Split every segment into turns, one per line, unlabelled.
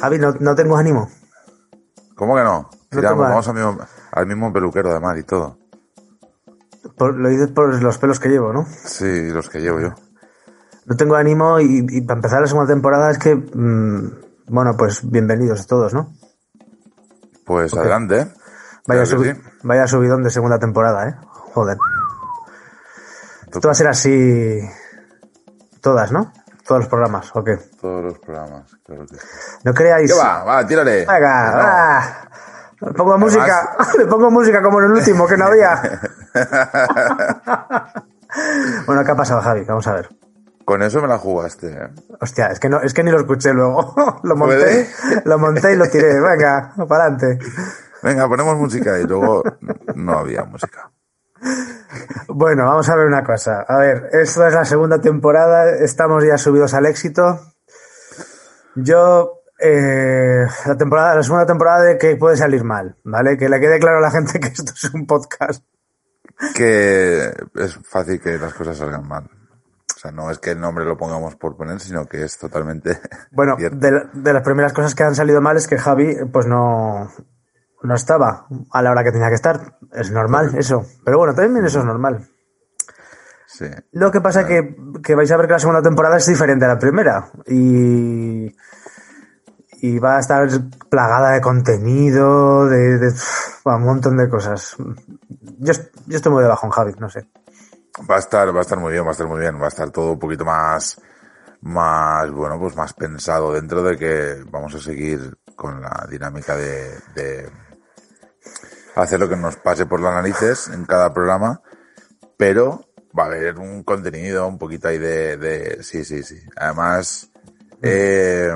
Javi, no, no tengo ánimo.
¿Cómo que no?
No
Mira,
te vale.
vamos al mismo, al mismo peluquero además y todo.
Por- lo dices por los pelos que llevo, ¿no?
Sí, los que llevo yo.
No tengo ánimo y, y para empezar la segunda temporada es que... mm, bueno, pues bienvenidos todos, ¿no?
Pues
Ok.
adelante.
Vaya,
Claro que
subi- vaya subidón de segunda temporada, ¿eh? Joder.
sí.
Esto va a ser así... Todas, ¿no? Todos los programas, ¿o qué?
Todos los programas, claro que sí.
No creáis...
¿Qué va? Va, tírale.
Venga,
Que no.
va. Le pongo música, le pongo música como en el último, que no había. bueno, ¿qué ha pasado, Javi? Vamos a ver.
Con eso me la jugaste. ¿eh?
Hostia, es que, no, es que ni lo escuché luego. lo, monté,
¿Puede?
lo monté y lo tiré. Venga, para adelante.
Venga, ponemos música y luego no había música.
Bueno, vamos a ver una cosa. A ver, esta es la segunda temporada. Estamos ya subidos al éxito. Yo, eh, la temporada, la segunda temporada de que puede salir mal, ¿vale? Que le quede claro a la gente que esto es un podcast.
Que es fácil que las cosas salgan mal. O sea, no es que el nombre lo pongamos por poner, sino que es totalmente...
Bueno,
cierto.
de, la- de las primeras cosas que han salido mal es que Javi, eh, pues no, no estaba a la hora que tenía que estar. Es normal eso. Pero bueno, también eso es normal.
Sí.
Lo que pasa que, que vais a ver que la segunda temporada es diferente a la primera. Y. Y va a estar plagada de contenido, de, de- pf, un montón de cosas. Yo, es- yo estoy muy de bajón, Javi, no sé.
Va a estar, va a estar muy bien, va a estar muy bien, va a estar todo un poquito más, más, bueno, pues más pensado dentro de que vamos a seguir con la dinámica de, de hacer lo que nos pase por las narices en cada programa, pero va a haber un contenido un poquito ahí de, de sí, sí, sí. Además, eh,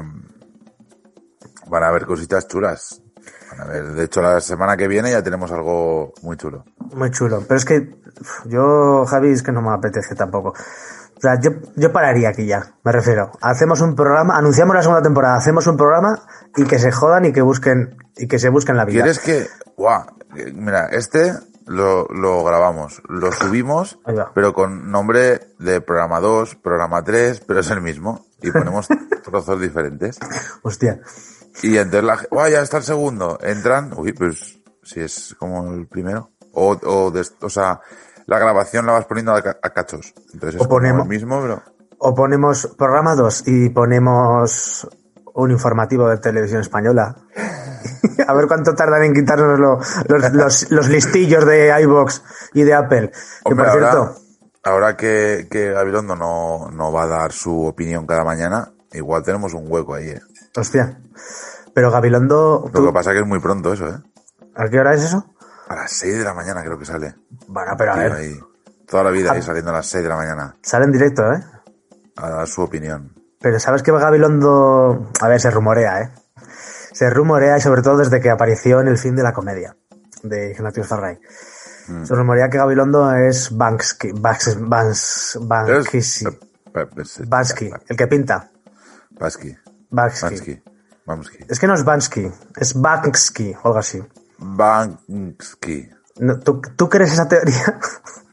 van a haber cositas chulas. Van a ver, de hecho, la semana que viene ya tenemos algo muy chulo.
Muy chulo. Pero es que pf, yo, Javi, es que no me apetece tampoco. O sea, yo, yo pararía aquí ya, me refiero. Hacemos un programa, anunciamos la segunda temporada, hacemos un programa y que se jodan y que busquen, y que se busquen la vida.
¿Quieres que.? Guau, eh, mira, este lo, lo grabamos, lo subimos,
Ahí va.
pero con nombre de programa 2, programa 3, pero es el mismo. Y ponemos trozos diferentes.
Hostia.
Y entonces la gente. ¡Guau, ya está el segundo! Entran. Uy, pues. Si es como el primero. O, o, de- o sea, la grabación la vas poniendo a, ca- a cachos. Entonces es
O ponemos-
como el mismo, pero.
O ponemos programa 2 y ponemos un informativo de televisión española. A ver cuánto tardan en quitarnos lo- los, los- los listillos de iBox y de Apple. Que
Hombre,
por
ahora,
cierto,
ahora que, que Gabilondo no, no va a dar su opinión cada mañana, igual tenemos un hueco ahí, ¿eh?
hostia. Pero Gabilondo,
Lo
¿tú-
que pasa que es muy pronto eso, ¿eh?
¿a qué hora es eso?
A las 6 de la mañana creo que sale.
Bueno, pero a
Tío,
ver,
ahí, toda la vida ahí saliendo a las 6 de la mañana
sale en directo, ¿eh?
a dar su opinión.
Pero sabes que Gabilondo, a ver, se rumorea, ¿eh? Se rumorea y sobre todo desde que apareció en el fin de la comedia de Ignacio Farray.
Mm.
Se rumorea que Gabilondo es Banksky, Banks, Banks, Banksy, Ah,
eh,
Bansky,
Bansky.
el que pinta.
Bansky.
Banksy.
Bansky. Bansky.
Es que no es Bansky, es Banksky o algo así.
Bansky.
No, ¿tú, ¿Tú crees esa teoría?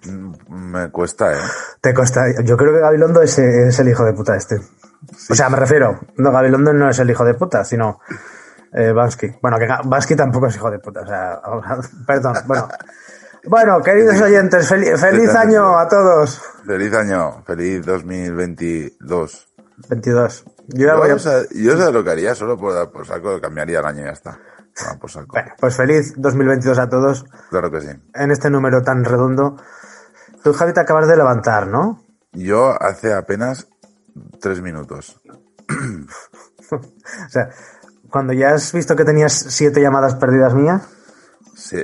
Mm, Me cuesta, ¿eh?
Te costa. Yo creo que Gabilondo es, es el hijo de puta este. o sea, me refiero. No, Gabilondo no es el hijo de puta, sino eh, Bansky. Bueno, que Ga- Bansky tampoco es hijo de puta. O sea, perdón. Bueno, bueno queridos oyentes, fel- feliz
Totalmente.
año a todos.
Feliz año. Feliz 2022.
22. Yo ya
Yo,
voy a-
o sea, yo sé lo que haría solo por dar por saco. Cambiaría el año y ya está. Ah, por saco.
Bueno, pues feliz 2022 a todos
Claro que sí.
en este número tan redondo. Tú, Javi, te acabas de levantar, ¿no?
Yo hace apenas tres minutos.
O sea, cuando ya has visto que tenías siete llamadas perdidas mías,
Sí,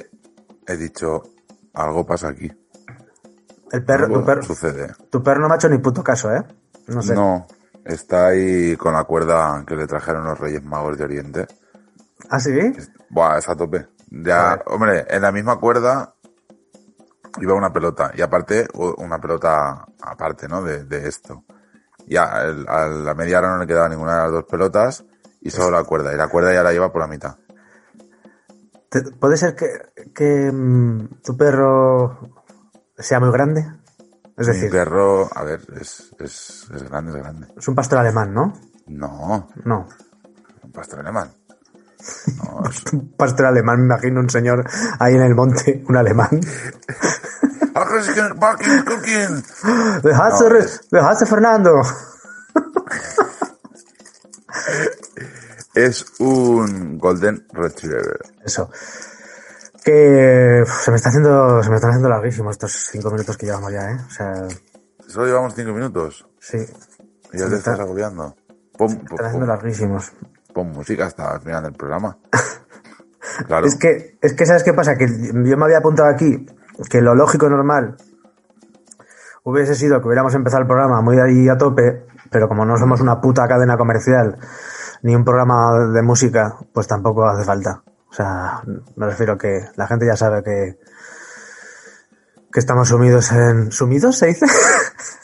he dicho, algo pasa aquí.
el perro,
Algo
tu perro,
sucede.
Tu perro no me ha hecho ni puto caso, ¿eh? No sé.
No, Está ahí con la cuerda que le trajeron los Reyes Magos de Oriente.
¿Ah, sí?
Buah, está a tope. Ya,
Vale.
hombre, en la misma cuerda iba una pelota. Y aparte, u- una pelota aparte, ¿no? De, de esto. Ya, a la media hora no le quedaba ninguna de las dos pelotas y solo la cuerda. Y la cuerda ya la lleva por la mitad.
Te- ¿Puede ser que, que, mm, tu perro sea muy grande? Es
Mi
decir,
perro, a ver, es, es, es grande, es grande.
es un pastor alemán, ¿no?
No,
No.
un pastor alemán. No, es-
Un pastor alemán, me imagino un señor ahí en el monte, un alemán.
¡Ah, es que- va, ¿quién- con quién?
¡Dejaste,
No,
re-
es-
dejaste, Fernando!
Es un Golden Retriever.
Eso. Que uf, se me está haciendo, se me están haciendo larguísimos estos cinco minutos que llevamos ya, ¿eh? O sea,
Solo llevamos cinco minutos.
sí, están
Y ya te estás agobiando. Pon, pon,
haciendo
pon,
larguísimos.
pon música hasta el final del programa. Claro.
Es que, es que, ¿sabes qué pasa? Que yo me había apuntado aquí que lo lógico normal hubiese sido que hubiéramos empezado el programa muy ahí a tope, pero como no somos una puta cadena comercial ni un programa de música, pues tampoco hace falta. O sea, me refiero que la gente ya sabe que, que estamos sumidos en... ¿Sumidos se dice?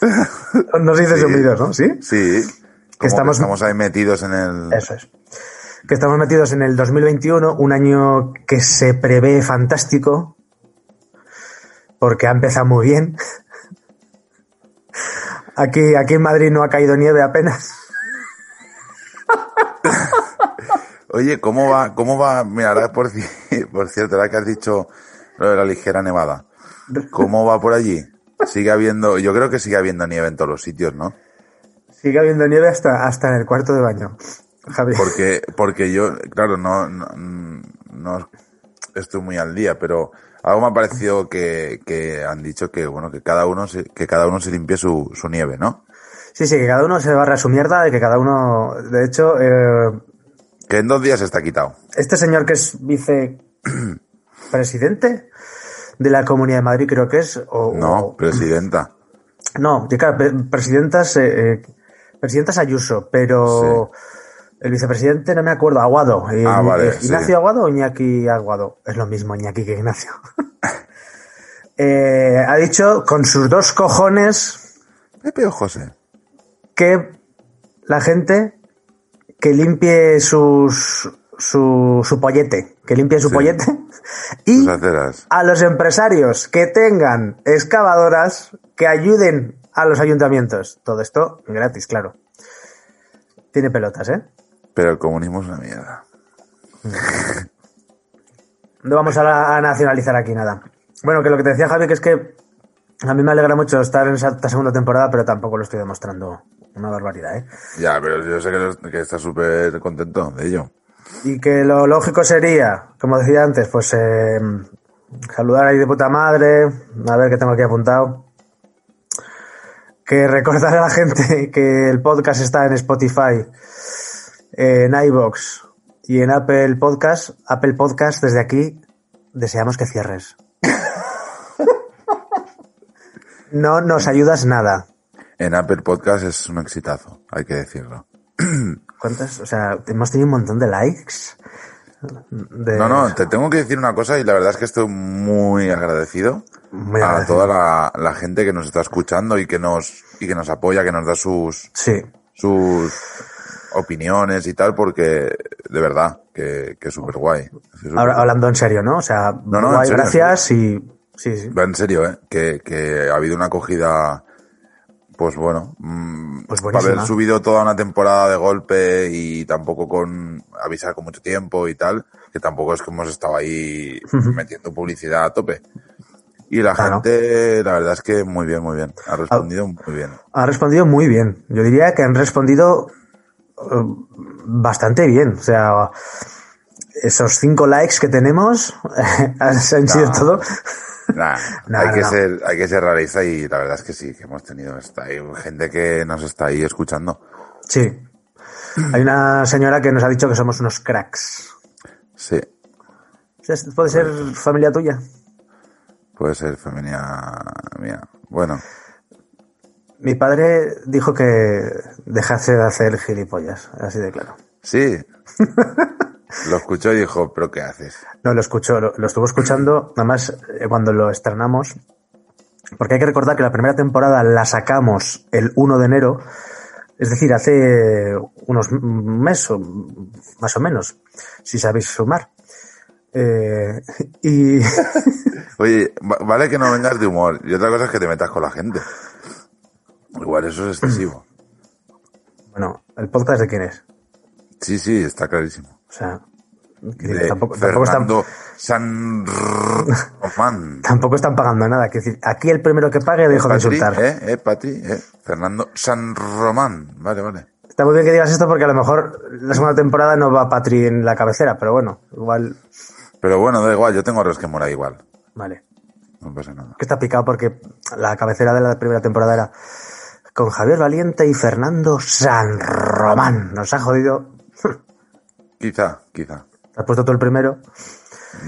no se dice
Sí.
sumidos, ¿no? ¿Sí?
Sí. Como que
estamos-
estamos... ahí metidos en el.
Eso es. Que estamos metidos en el 2021, un año que se prevé fantástico, porque ha empezado muy bien. Aquí, aquí en Madrid no ha caído nieve apenas.
Oye, ¿cómo va? ¿Cómo va? Mira, ahora por, ci- por cierto, ahora que has dicho lo de la ligera nevada. ¿Cómo va por allí? Sigue habiendo, yo creo que sigue habiendo nieve en todos los sitios, ¿no?
Sigue habiendo nieve hasta, hasta en el cuarto de baño. Javi.
Porque, porque yo, claro, no, no, no estoy muy al día, pero algo me ha parecido que, que han dicho que, bueno, que cada uno se, que cada uno se limpie su, su nieve, ¿no?
Sí, sí, que cada uno se barra su mierda y que cada uno. De hecho, eh,
Que en dos días está quitado.
este señor que es vicepresidente de la Comunidad de Madrid, creo que es. o-
No,
o-
presidenta.
No, que claro, pre- presidentas, eh, eh, presidentas Ayuso, pero el vicepresidente no me acuerdo, Aguado. Eh,
Ah, vale,
eh, ¿Ignacio
sí.
Aguado o Iñaki Aguado? Es lo mismo Iñaki que Ignacio. Eh, ha dicho con sus dos cojones
Pepe o José.
que la gente que limpie sus, su, su pollete, que limpie su
Sí.
pollete
Sus
y
aceras.
a los empresarios que tengan excavadoras que ayuden a los ayuntamientos. Todo esto gratis, claro. Tiene pelotas, ¿eh?
Pero el comunismo es una mierda.
No vamos a, a nacionalizar aquí nada. Bueno, que lo que te decía Javi, que es que a mí me alegra mucho estar en esa esta segunda temporada, pero tampoco lo estoy demostrando. Una barbaridad, ¿eh?
Ya, pero yo sé que, los- que está súper contento de ello.
Y que lo lógico sería, como decía antes, pues eh, saludar ahí de puta madre, a ver qué tengo aquí apuntado. Que recordar a la gente que el podcast está en Spotify, eh, en iBox y en Apple Podcast. Apple Podcast, desde aquí deseamos que cierres. No nos ayudas nada.
En Apple Podcast es un exitazo, hay que decirlo.
¿Cuántas? O sea, hemos tenido un montón de likes. De-
No, no, te tengo que decir una cosa y la verdad es que estoy muy agradecido
Muy
a
agradecido.
toda la, la gente que nos está escuchando y que nos y que nos apoya, que nos da sus
Sí,
sus opiniones y tal, porque de verdad que, que súper guay.
Ahora, hablando en serio, ¿no? O sea,
No, no, en
guay,
serio, en
gracias y... Sí, sí.
Va, En serio, ¿eh? Que, que ha habido una acogida, pues bueno, mm,
Pues
para
buenísima.
haber subido toda una temporada de golpe y tampoco con avisar con mucho tiempo y tal, que tampoco es que hemos estado ahí metiendo publicidad a tope. Y la
Claro.
gente, la verdad es que muy bien, muy bien. Ha respondido muy bien.
Ha respondido muy bien. Yo diría que han respondido eh, bastante bien. O sea, esos cinco likes que tenemos han sido
No.
todo...
Nah,
No,
hay,
no,
que
no.
Ser, hay que ser realista y la verdad es que sí, que hemos tenido está ahí gente que nos está ahí escuchando.
Sí. Hay una señora que nos ha dicho que somos unos cracks.
Sí,
¿Es- ¿Puede ser familia tuya?
puede ser femenina mía. Bueno,
Mi padre dijo que dejase de hacer gilipollas, así de claro.
Sí. Lo escuchó y dijo, pero ¿qué haces?
No, lo escuchó, lo, lo estuvo escuchando, nada más eh, cuando lo estrenamos, porque hay que recordar que la primera temporada la sacamos el 1 de enero, es decir, hace unos meses, más o menos, si sabéis sumar. Eh, y
Oye, va- vale que no vengas de humor. Y otra cosa es que te metas con la gente. Igual eso es excesivo.
bueno, ¿el podcast de quién es?
Sí, sí, está clarísimo.
O sea, que
De
tampoco, tampoco están,
Fernando San Román.
tampoco están pagando nada. Que decir, aquí el primero que pague dejo de
Patri,
insultar.
¿eh? ¿Eh, Patri? ¿eh? Fernando San Román. Vale, vale.
Está muy bien que digas esto porque a lo mejor la segunda temporada no va Patri en la cabecera, pero bueno, igual,
Pero bueno, da igual, yo tengo a Ros que mola igual.
vale.
No pasa nada.
que está picado porque la cabecera de la primera temporada era con Javier Valiente y Fernando San Román. Nos ha jodido.
Quizá, quizá.
Has puesto tú el primero.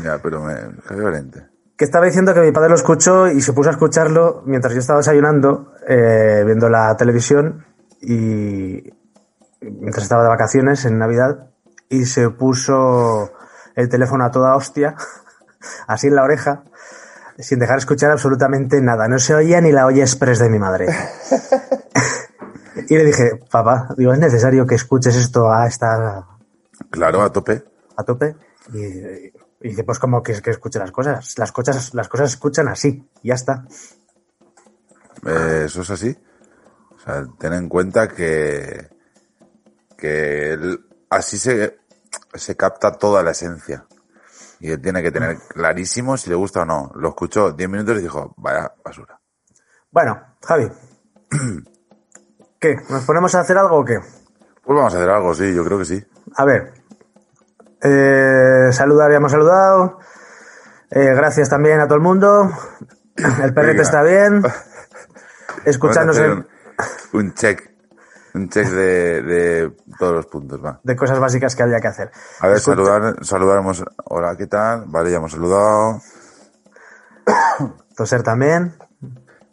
Ya, pero me... Javier Valente.
Que estaba diciendo que mi padre lo escuchó y se puso a escucharlo mientras yo estaba desayunando, eh, viendo la televisión y mientras estaba de vacaciones en Navidad y se puso el teléfono a toda hostia, así en la oreja, sin dejar escuchar absolutamente nada. No se oía ni la olla express de mi madre. y le dije, papá, digo, es necesario que escuches esto a esta
Claro, a tope.
a tope y, y dice pues como que, que escuche las cosas las cosas las cosas escuchan así y ya está
Eh, eso es así. O sea, ten en cuenta que, que él- así se, se capta toda la esencia. Y él tiene que tener clarísimo si le gusta o no. Lo escuchó 10 minutos y dijo, vaya basura.
bueno Javi qué nos ponemos a hacer algo o qué
Pues vamos a hacer algo, sí, yo creo que sí.
a ver eh, saludar ya hemos saludado Eh, gracias también a todo el mundo el perrete
Venga.
está bien escucharnos
Vamos a hacer
en-
un, un check. Un check de, de todos los puntos, va.
de cosas básicas que había que hacer
A ver,
Escucha-
saludar, saludamos. Hola, ¿qué tal? Vale, ya hemos saludado.
toser también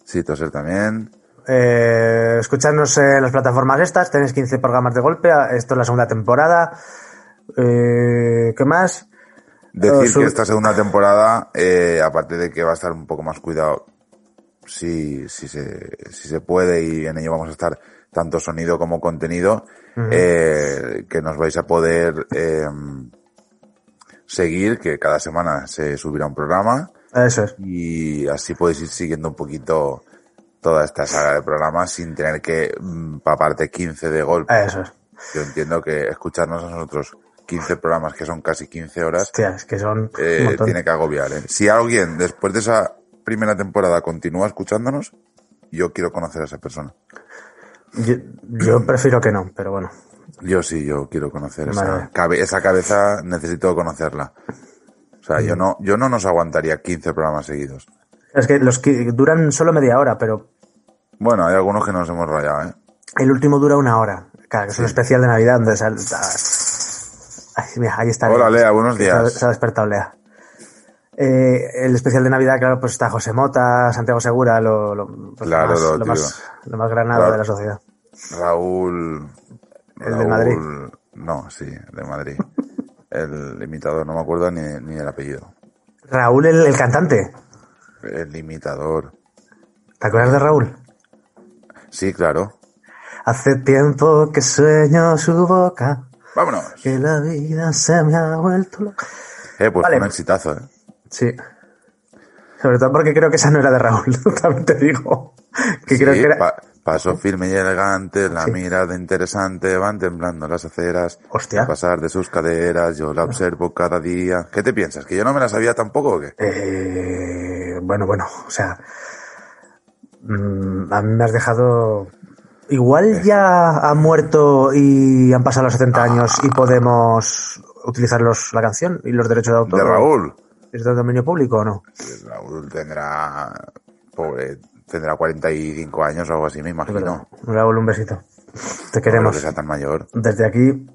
Sí, Toser también.
Eh, escucharnos en las plataformas estas. Tenéis 15 programas de golpe. Esto es la segunda temporada. Eh, ¿Qué más? Eh,
Decir
su-
que esta segunda temporada, eh, aparte de que va a estar un poco más cuidado, si, si, se, si se puede, y en ello vamos a estar tanto sonido como contenido, eh, que nos vais a poder eh, seguir, que cada semana se subirá un programa,
Eso es.
y así podéis ir siguiendo un poquito toda esta saga de programas sin tener que mm, paparte 15 de golpe.
Eso es.
Yo entiendo que escucharnos a nosotros 15 programas, que son casi 15 horas,
Hostia, es que son un
eh,
montón.
tiene que agobiar. ¿eh? Si alguien después de esa primera temporada continúa escuchándonos, yo quiero conocer a esa persona.
Yo, yo prefiero que no, pero bueno.
Yo sí, yo quiero conocer esa,
Vale.
cabe- esa cabeza, necesito conocerla. O sea,
Mm.
yo no, yo no nos aguantaría 15 programas seguidos.
Es que los que duran solo media hora, pero
Bueno, hay algunos que nos hemos rayado, ¿eh?
el último dura una hora. Claro, que es un especial de Navidad donde sal- ah, Ay, mira, ahí está.
Hola, Lea, buenos
Se ha-
días.
Se ha despertado Lea. Eh, el especial de Navidad, claro, pues está José Mota, Santiago Segura, lo, lo- pues
Claro,
más,
lo
lo más- lo más granado
Claro.
de la sociedad.
Raúl.
El de Madrid.
No, sí, el de Madrid. El imitador, no me acuerdo ni, ni el apellido.
Raúl, el, el cantante.
El imitador.
¿Te acuerdas de Raúl?
Sí, claro.
Hace tiempo que sueño su boca,
Vámonos.
que la vida se me ha vuelto loca.
Eh, pues
Vale.
un exitazo, ¿eh?
Sí. Sobre todo porque creo que esa no era de Raúl, también te digo. Que creo
Sí,
que era...
pa- paso firme y elegante, la
Sí.
mirada interesante, van temblando las aceras.
Hostia.
Al pasar de sus caderas, yo la observo cada día. ¿Qué te piensas? ¿Que yo no me la sabía tampoco o qué?
Eh, bueno, bueno, o sea, mm, a mí me has dejado. Igual ya ha muerto y han pasado los
Ah.
70 años y podemos utilizar los, la canción y los derechos de autor.
De Raúl.
¿Es de dominio público o no?
Sí, Raúl tendrá, pobre, tendrá 45 años o algo así, me imagino. No
Raúl, un besito. Te
creo
queremos.
que sea tan mayor.
Desde aquí,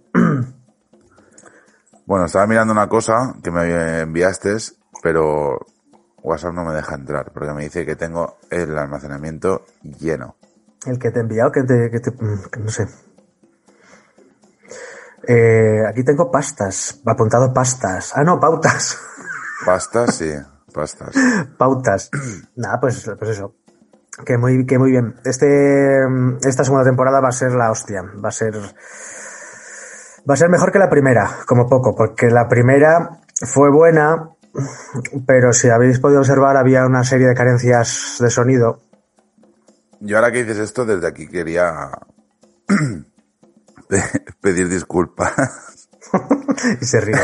Bueno, estaba mirando una cosa que me enviaste, pero WhatsApp no me deja entrar porque me dice que tengo el almacenamiento lleno.
El que te he enviado, que te. que te- que no sé. Eh, aquí tengo pastas. Apuntado pastas. Ah, no, pautas.
Pastas, sí, pastas.
pautas. Nada, pues, pues eso. Que muy, que muy bien. Este, mm, esta segunda temporada va a ser la hostia. Va a ser. Va a ser mejor que la primera, como poco, porque la primera fue buena, pero si habéis podido observar, había una serie de carencias de sonido.
Yo ahora que dices esto, desde aquí quería pe- pedir disculpas
Y se ríe.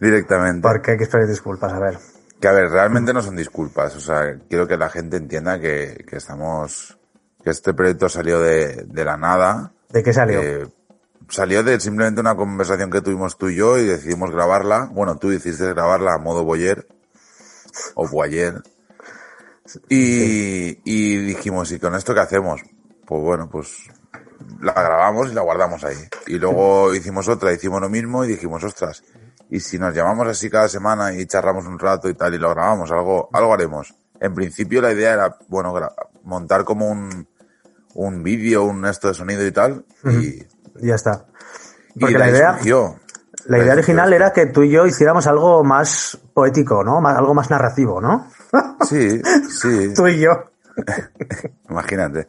directamente.
Porque hay que esperar disculpas, a ver.
Que a ver, realmente no son disculpas. O sea, quiero que la gente entienda que, que estamos. que este proyecto salió de, de la nada.
¿De qué salió?
Eh, salió de simplemente una conversación que tuvimos tú y yo y decidimos grabarla. Bueno, tú decidiste grabarla a modo boyer o boyer. Y, y dijimos, ¿y con esto qué hacemos? Pues bueno, pues la grabamos y la guardamos ahí. Y luego hicimos otra, hicimos lo mismo y dijimos, ostras, y si nos llamamos así cada semana y charramos un rato y tal y lo grabamos, algo, algo haremos. En principio la idea era, bueno, gra- montar como un, un vídeo, un esto de sonido y tal. y,
Y ya está.
y
Porque
de
la
ahí
idea,
surgió.
la
De ahí
idea original
surgió
era que tú y yo hiciéramos algo más poético, ¿no? Más- algo más narrativo, ¿no?
esto. Sí, sí,
Tú y yo.
imagínate.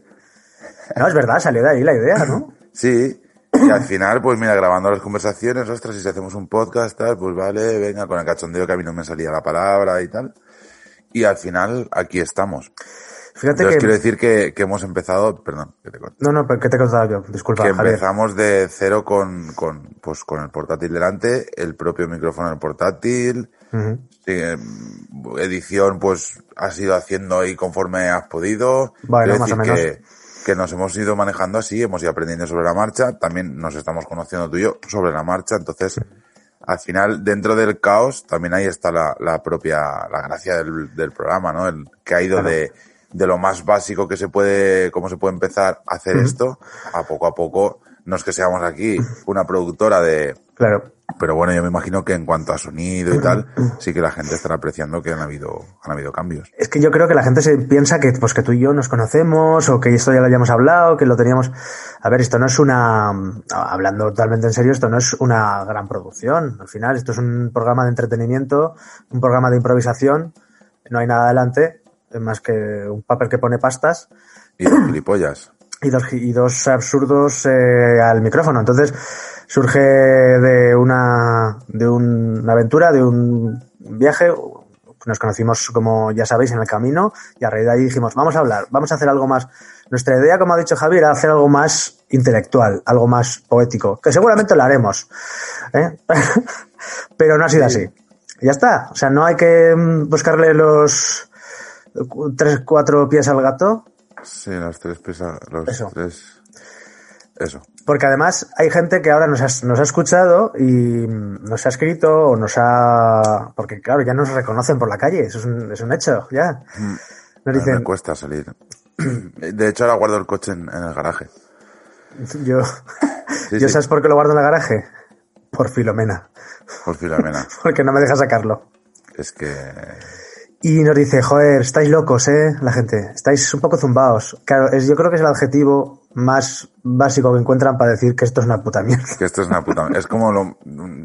No, es verdad, salió de ahí la idea, ¿no?
Sí. Y al final, pues mira, grabando las conversaciones, ostras, y si hacemos un podcast, tal, pues vale, venga, con el cachondeo que a mí no me salía la palabra y tal. Y al final, aquí estamos.
Fíjate
Entonces
que.
quiero decir que, que hemos empezado, perdón, que te corte.
No, no, pero ¿qué te he contado yo? Disculpa,
que
Javier.
empezamos de cero con, con, pues, con el portátil delante, el propio micrófono del portátil,
Ujú.
sí, eh, edición pues has ido haciendo ahí conforme has podido.
Bueno,
Quiero
más o
decir
menos.
Que, que nos hemos ido manejando así, hemos ido aprendiendo sobre la marcha, también nos estamos conociendo tú y yo sobre la marcha, entonces al final dentro del caos también ahí está la, la propia, la gracia del, del programa, ¿no? El que ha ido
Claro.
de, de lo más básico que se puede, cómo se puede empezar a hacer esto, a poco a poco, no es que seamos aquí una productora de
Claro.
pero bueno, yo me imagino que en cuanto a sonido y tal, sí que la gente estará apreciando que han habido, han habido cambios.
Es que yo creo que la gente se piensa que, pues, que tú y yo nos conocemos o que esto ya lo hayamos hablado, que lo teníamos. A ver, esto no es una. Hablando totalmente en serio, esto no es una gran producción. Al final, esto es un programa de entretenimiento, un programa de improvisación. No hay nada adelante, más que un papel que pone pastas.
Y los gilipollas.
y dos, y dos absurdos eh, al micrófono. Entonces surge de una, de un- una aventura, de un viaje. Nos conocimos, como ya sabéis, en el camino y a raíz de ahí dijimos, vamos a hablar, vamos a hacer algo más. Nuestra idea, como ha dicho Javier, era hacer algo más intelectual, algo más poético, que seguramente lo haremos. ¿eh? Pero no ha sido así. Ya está. O sea, no hay que mm, buscarle los eh, cu- tres, cuatro pies al gato,
Sí, las tres pesa, los
Eso.
tres. Eso.
Porque además hay gente que ahora nos ha, nos ha escuchado y mm, nos ha escrito o nos ha... Porque claro, ya nos reconocen por la calle, eso es un, es un hecho, ya.
A
Nos
mí Mm. Ah, me
dicen,
cuesta salir. De hecho, ahora guardo el coche en, en el garaje.
yo,
Sí,
¿yo
sí,
sabes por qué lo guardo en el garaje? Por Filomena,
por Filomena.
porque no me deja sacarlo.
Es que.
Y nos dice, joder, estáis locos, ¿eh? La gente, estáis un poco zumbaos. Claro, es, yo creo que es el adjetivo más básico que encuentran para decir que esto es una puta mierda.
que esto es una puta. Es como lo-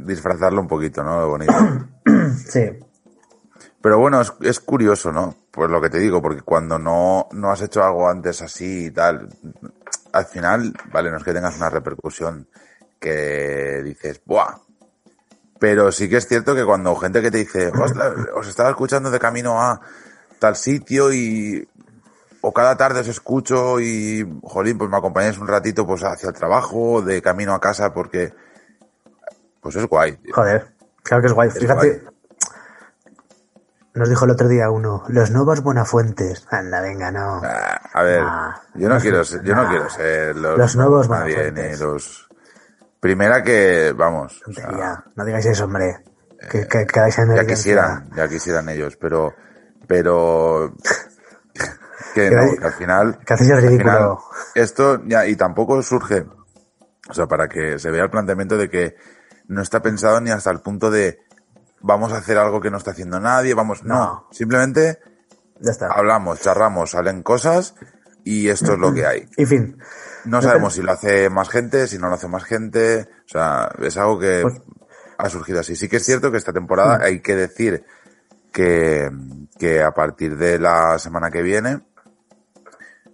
disfrazarlo un poquito, ¿no? Lo bonito.
Sí,
Pero bueno, es, es curioso, ¿no? Pues lo que te digo, porque cuando no, no has hecho algo antes así y tal, al final, vale, no es que tengas una repercusión que dices, ¡buah! Pero sí que es cierto que cuando gente que te dice, "Ostras, os estaba escuchando de camino a tal sitio y o cada tarde os escucho y, jolín, pues me acompañáis un ratito pues hacia el trabajo, de camino a casa, porque, pues es guay. tío.
Joder, claro que es guay. Fíjate.
guay.
Nos dijo el otro día uno, los nuevos Buenafuentes. Anda, venga, no.
Ah, A ver,
Nah,
yo no
no
quiero
sé,
ser, yo no
nah.
quiero ser los,
Los nuevos
nadie, ni
Buenafuentes.
los primera que vamos, o sea,
Tontería, no digáis eso, hombre. Que, que quedáis en
Eh, ya
evidencia.
quisieran, ya quisieran ellos, pero pero que no, que al final
Que hacéis el
al final,
ridículo.
esto ya y tampoco surge, o sea, para que se vea el planteamiento de que no está pensado ni hasta el punto de vamos a hacer algo que no está haciendo nadie, vamos, no,
No.
simplemente
Ya está.
hablamos, charramos, salen cosas y esto es lo que hay.
Y fin.
No sabemos si lo hace más gente, si no lo hace más gente. O sea, es algo que
Pues-
ha surgido así. Sí que es cierto que esta temporada hay que decir que, que a partir de la semana que viene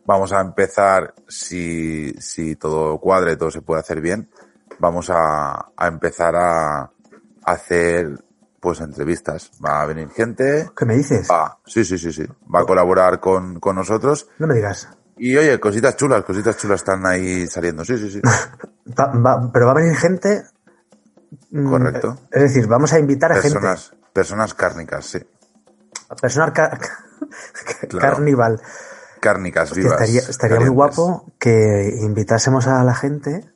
vamos a empezar, si, si todo cuadra y todo se puede hacer bien, vamos a, a empezar a hacer pues entrevistas. Va a venir gente.
¿Qué me dices?
Va, sí, sí, sí, sí. Va a colaborar con, con nosotros.
No me digas.
Y oye, cositas chulas, cositas chulas están ahí saliendo. Sí, sí, sí.
Va- va- pero va a venir gente. mm,
Correcto.
Es decir, vamos a invitar a
Personas, personas cárnicas, sí.
gente. Personal ca-
Claro.
carnival.
Cárnicas
Que
vivas.
estaría estaría muy
calientes.
guapo que invitásemos a la gente.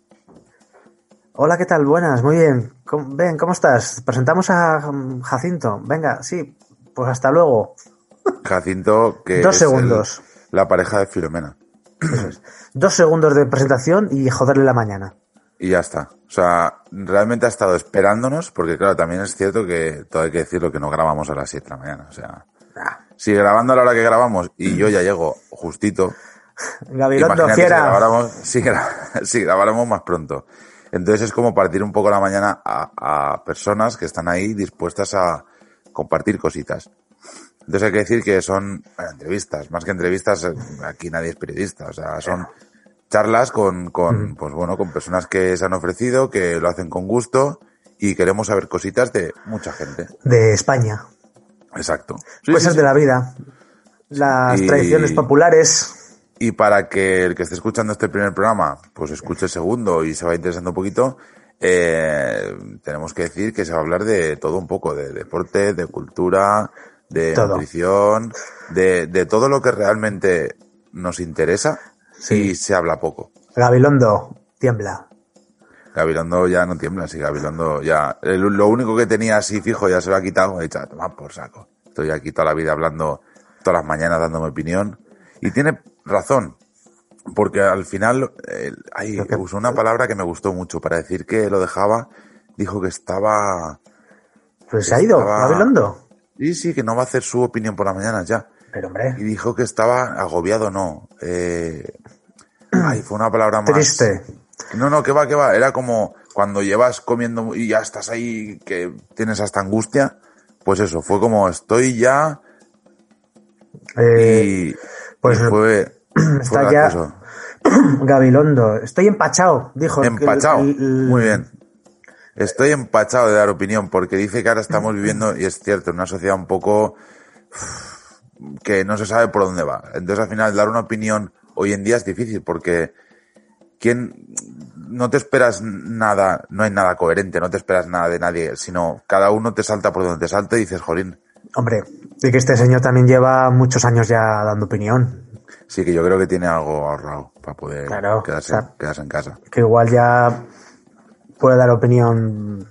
Hola, ¿qué tal? Buenas, muy bien. ¿Cómo, ven, ¿cómo estás? Presentamos a mm, Jacinto. Venga, sí, pues hasta luego.
Jacinto, que.
Dos
es el-
segundos.
la pareja de Filomena.
Dos segundos de presentación y joderle la mañana.
Y ya está. O sea, realmente ha estado esperándonos, porque claro, también es cierto que todo hay que decirlo que no grabamos a las 7 de la mañana. O sea,
Ah,
si grabando a la hora que grabamos y yo ya llego justito,
Gabilondo,
Imagínate Si
fiera.
grabáramos, si gra- si grabáramos más pronto. Entonces es como partir un poco la mañana a, a personas que están ahí dispuestas a compartir cositas. Entonces hay que decir que son bueno, entrevistas, más que entrevistas, eh, aquí nadie es periodista, o sea, son charlas con, con, pues bueno, con personas que se han ofrecido, que lo hacen con gusto y queremos saber cositas de mucha gente.
de España.
Exacto. Sí, sí,
Cosas
sí.
de la vida. Las
Y-
tradiciones populares.
Y para que el que esté escuchando este primer programa, pues escuche el segundo y se va interesando un poquito, eh, tenemos que decir que se va a hablar de todo un poco, de deporte, de cultura, de
Todo.
nutrición, de, de todo lo que realmente nos interesa
Sí.
y se habla poco.
Gabilondo, tiembla.
Gabilondo ya no tiembla, sí, Gabilondo ya... el- lo único que tenía así fijo ya se lo ha quitado, ha dicho, "Ah, toma por saco. Estoy aquí toda la vida hablando, todas las mañanas dándome opinión. Y tiene razón, porque al final eh, ay,
Lo que-
usó una palabra que me gustó mucho para decir que lo dejaba. Dijo que estaba.
Pues se ha ido,
Estaba-
Gabilondo.
Sí, sí, que no va a hacer su opinión por la mañana ya.
Pero
Y
hombre,
dijo que estaba agobiado, no. Eh, ay, fue una palabra más.
triste.
No, no, que va, que va. Era como cuando llevas comiendo y ya estás ahí, que tienes hasta angustia. Pues eso, fue como estoy ya.
Eh,
y,
pues-
y fue. fue
está
la
ya-
cosa.
Gabilondo, estoy empachado, dijo.
Empachado.
El- el-
Muy bien. Estoy empachado de dar opinión porque dice que ahora estamos viviendo, y es cierto, en una sociedad un poco uf, que no se sabe por dónde va. Entonces, al final, dar una opinión hoy en día es difícil porque ¿quién, no te esperas nada, no hay nada coherente, no te esperas nada de nadie, sino cada uno te salta por donde te salta y dices, jolín,
Hombre, y que este señor también lleva muchos años ya dando opinión.
sí que yo creo que tiene algo ahorrado para poder
Claro,
quedarse,
o sea-
quedarse en casa.
Que igual ya puede dar opinión.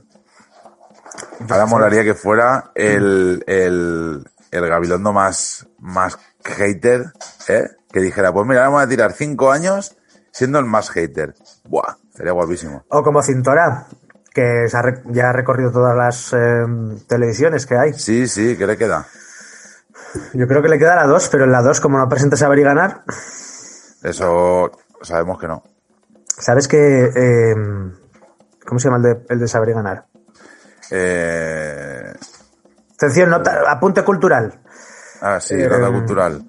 Ahora molaría que fuera el,
Mm.
el, el Gabilondo más, más hater, ¿eh? Que dijera, pues mira, ahora vamos a tirar cinco años siendo el más hater. Buah, sería guapísimo.
O como Cintora, que se ha re- ya ha recorrido todas las eh, televisiones que hay.
Sí, sí, ¿qué le queda?
Yo creo que le queda la 2, pero en la 2, como no presenta saber y ganar,
Eso sabemos que no.
sabes que. eh, ¿Cómo se llama el de, el de saber y ganar?
Eh,
Atención, nota, apunte cultural.
ah, sí,
Eh,
nota cultural.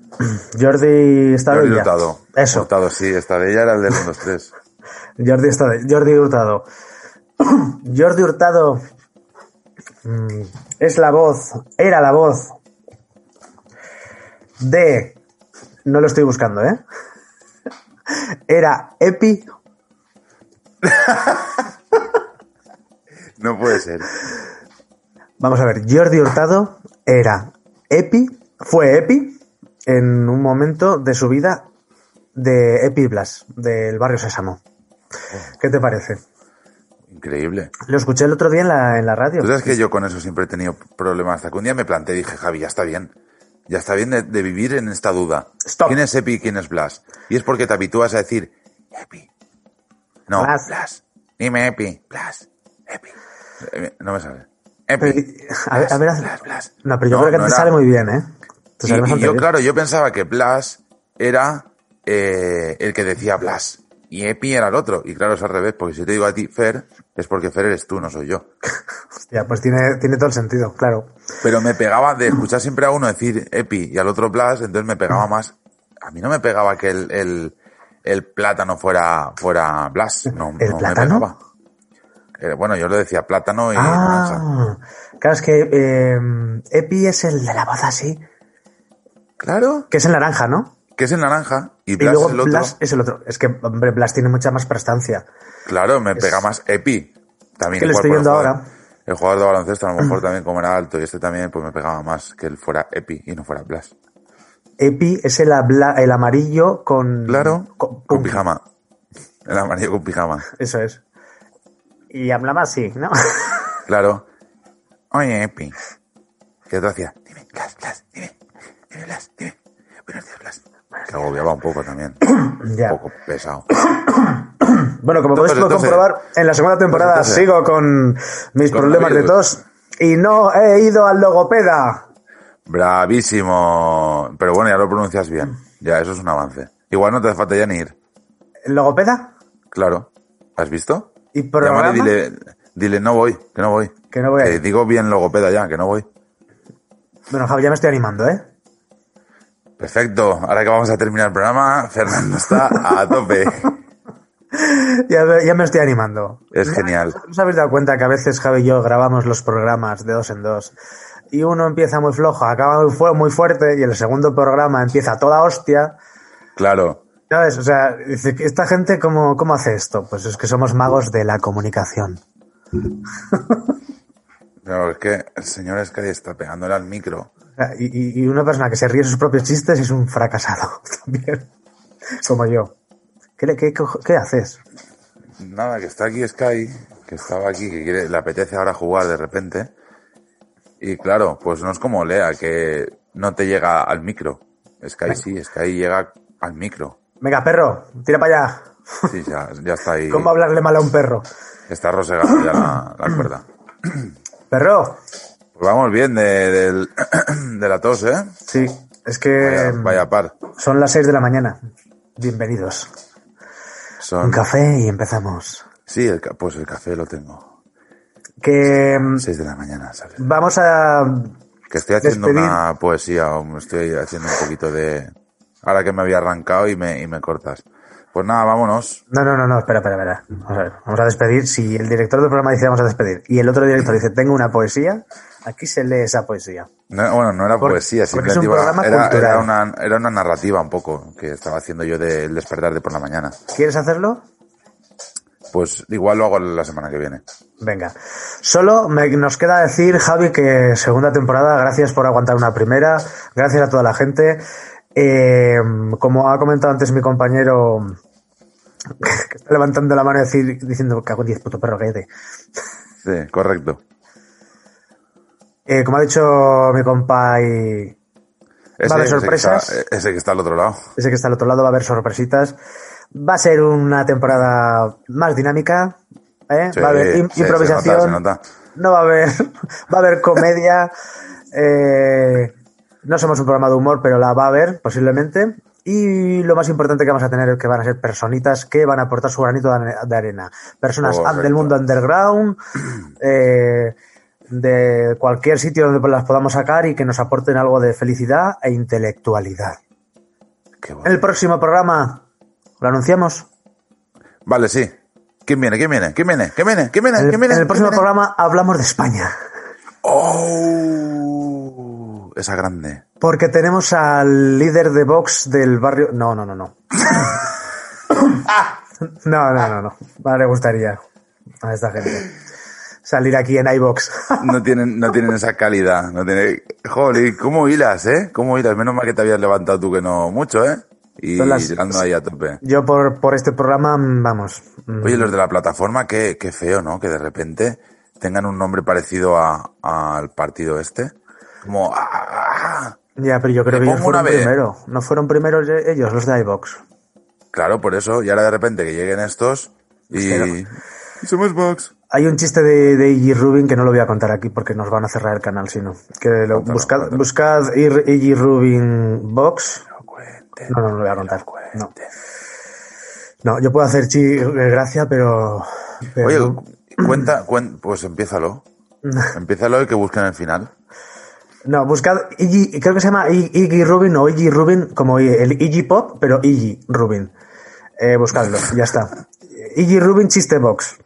Jordi Estadella.
Jordi Hurtado.
Eso.
Hurtado, sí, esta de ella era el del 1, 2, 3.
Jordi, Estade- Jordi Hurtado. Jordi Hurtado mm, es la voz, era la voz de. No lo estoy buscando, ¿eh? Era Epi.
No puede ser.
Vamos a ver, Jordi Hurtado era Epi, fue Epi en un momento de su vida de Epi Blas, del barrio Sésamo. ¿Qué te parece?
Increíble.
Lo escuché el otro día en la, en la radio.
Tú sabes Pues que yo con eso siempre he tenido problemas. Hasta que un día me planteé y dije, Javi, ya está bien. Ya está bien de, de vivir en esta duda.
Stop.
¿Quién es Epi y quién es Blas? Y es porque te habitúas a decir, Epi. No,
Blas.
Blas. Dime Epi. Blas. Epi. Eh, No me sale.
Pero,
Epi.
a ver, a ver, haz-
Blas, Blas.
No, pero yo creo que te
era-
sale muy bien, ¿eh? Te
Y-
sale
y
bastante
yo,
bien.
claro, yo pensaba que Blas era eh, el que decía Blas y Epi era el otro. Y claro, es al revés, porque si te digo a ti Fer, es porque Fer eres tú, no soy yo.
Hostia, pues tiene, tiene todo el sentido, claro.
Pero me pegaba de escuchar siempre a uno decir Epi y al otro Blas, entonces me pegaba
Mm.
más. A mí no me pegaba que el, el, el plátano fuera, fuera Blas. No,
¿El
no
plátano?
me pegaba. Eh, bueno, yo le decía plátano y naranja.
Ah, claro, es que eh, Epi es el de la voz así,
Claro,
que es el naranja, ¿no?
que es el naranja y
Y
Blas
luego
es el otro.
Blas es el otro. Es que, hombre, Blas tiene mucha más prestancia.
Claro, me
Es-
pega más Epi. También
que lo
igual
estoy
por el
viendo
jugador-
ahora. Mm.
El jugador de baloncesto a lo mejor también como era alto y este también pues me pegaba más que él fuera Epi y no fuera Blas.
Epi es el, abla- el amarillo con...
Claro, con,
pum.
pijama. El amarillo con pijama.
Eso es. Y hablaba así, ¿no?
Claro. Oye, Epi. ¿Qué te hacía? Dime, Blas, Blas, dime. Dime, Blas, dime. Buenos días, Blas. Que agobiaba un poco también.
Ya.
Un poco pesado.
Bueno, como podéis
Entonces, entonces-
comprobar, en la segunda temporada
entonces-
sigo con mis
Con
problemas de
virus.
tos y no he ido al logopeda.
Bravísimo. Pero bueno, ya lo pronuncias bien. Ya, eso es un avance. Igual no te hace falta ya ni ir.
¿Logopeda?
Claro. ¿Has visto?
¿Y
Llámale
programa?
y dile, dile, no voy, que no voy.
Que no voy a
Que
ir.
digo bien logopeda ya, que no voy.
Bueno, Javi, ya me estoy animando, ¿eh?
Perfecto. Ahora que vamos a terminar el programa, Fernando está a tope.
Ya, ve- ya me estoy animando.
Es
¿No-
genial.
¿No os habéis dado cuenta que a veces Javi y yo grabamos los programas de dos en dos? Y uno empieza muy flojo, acaba muy, fu- muy fuerte y el segundo programa empieza a toda hostia.
Claro.
¿Sabes? O sea, dice, ¿esta gente cómo, cómo hace esto? Pues es que somos magos de la comunicación.
Pero es que el señor Sky está pegándole al micro.
O sea, Y, y- y una persona que se ríe de sus propios chistes es un fracasado también. Como yo. ¿Qué, le- qué cojo- qué haces?
Nada, que está aquí Sky, que estaba aquí, que quiere- le apetece ahora jugar de repente. Y claro, pues no es como Lea, que no te llega al micro. Sky sí, Sky llega al micro.
Venga, perro, tira para allá.
Sí, ya, ya está ahí.
¿Cómo hablarle mal a un perro?
Está rosegando ya la- la cuerda.
Perro.
Pues vamos bien de, del- de la tos, ¿eh?
Sí, es que
Vaya,
mm,
vaya par.
son las 6 de la mañana. Bienvenidos. Un
Son...
café y empezamos.
Sí, el ca- pues el café lo tengo.
Que mm,
6 de la mañana, ¿sabes?
vamos a...
Que estoy haciendo
Despedir.
una poesía, o me estoy haciendo un poquito de... Ahora que me había arrancado y me, y me cortas. Pues nada, vámonos.
No, no, no, no, espera, espera, espera. Vamos a, ver, vamos a despedir. Si el director del programa dice vamos a despedir y el otro director dice tengo una poesía, aquí se lee esa poesía.
No- bueno, no era
Porque-
poesía,
porque es un
simplemente iba-
programa
era,
cultural.
era una, era una narrativa un poco que estaba haciendo yo del despertar de por la mañana.
¿Quieres hacerlo?
Pues igual lo hago la semana que viene.
Venga. Solo me- nos queda decir, Javi, que segunda temporada, gracias por aguantar una primera, gracias a toda la gente. Eh, como ha comentado antes mi compañero, que está levantando la mano y decir- diciendo, cago en 10 puto perro, cállate.
Sí, correcto.
Eh, como ha dicho mi compa y
Ese,
haber
ese que está-
sorpresas?
ese que está al otro lado.
ese que está al otro lado, va a haber sorpresitas. Va a ser una temporada más dinámica, ¿eh?
Sí,
va a haber im-
sí, se
improvisación.
nota, se
No va a haber, va a haber comedia. eh, no somos un programa de humor, pero la va a haber posiblemente. Y lo más importante que vamos a tener es que van a ser personitas que van a aportar su granito de ane- de arena. Personas
Correcto.
del mundo underground, eh, de cualquier sitio donde las podamos sacar y que nos aporten algo de felicidad e intelectualidad.
Qué bueno.
El próximo programa lo anunciamos.
Vale, sí. ¿Quién viene? ¿Quién viene? ¿Quién viene? ¿Quién viene? ¿Quién viene?
En el,
¿Quién viene?
en el
¿Quién
próximo
viene?
programa hablamos de España.
¡Oh! Esa grande.
Porque tenemos al líder de Vox del barrio. No, no, no, no. No, no, no, no. No le gustaría a esta gente salir aquí en iBox.
No tienen, no tienen esa calidad. No tienen... Joder, ¿cómo hilas, eh? ¿Cómo hilas? Menos mal que te habías levantado tú que no mucho, ¿eh? Y
Son las-
llegando ahí a tope.
Yo por, por este programa, mm, vamos. mm,
Oye, los de la plataforma, qué, qué feo, ¿no? Que de repente tengan un nombre parecido a- al partido este. Como... ¡ah!
Ya, pero yo creo
le
que ellos
pongo una
fueron
B. ¿eh?
primero. ¿No fueron primero ye- ellos, los de iBox?
Claro, por eso. Y ahora de repente que lleguen estos y...
Cero.
Somos Vox.
Hay un chiste de, de Iggy Rubin que no lo voy a contar aquí porque nos van a cerrar el canal, si no. Que lo,
Cuéntalo,
buscad,
cuéntalo.
buscad Ir- Iggy Rubin Vox No, no, no lo voy a contar. No. No, yo puedo hacer chi eh, gracia, pero. pero-
Oye, cuenta, cuen- pues empiézalo. Empiézalo y que busquen el final.
No, buscad Iggy, creo que se llama I- Iggy Rubin o Iggy Rubin, como I- el Iggy Pop, pero Iggy Rubin. Eh, buscadlo, ya está. Iggy Rubin Chiste Box.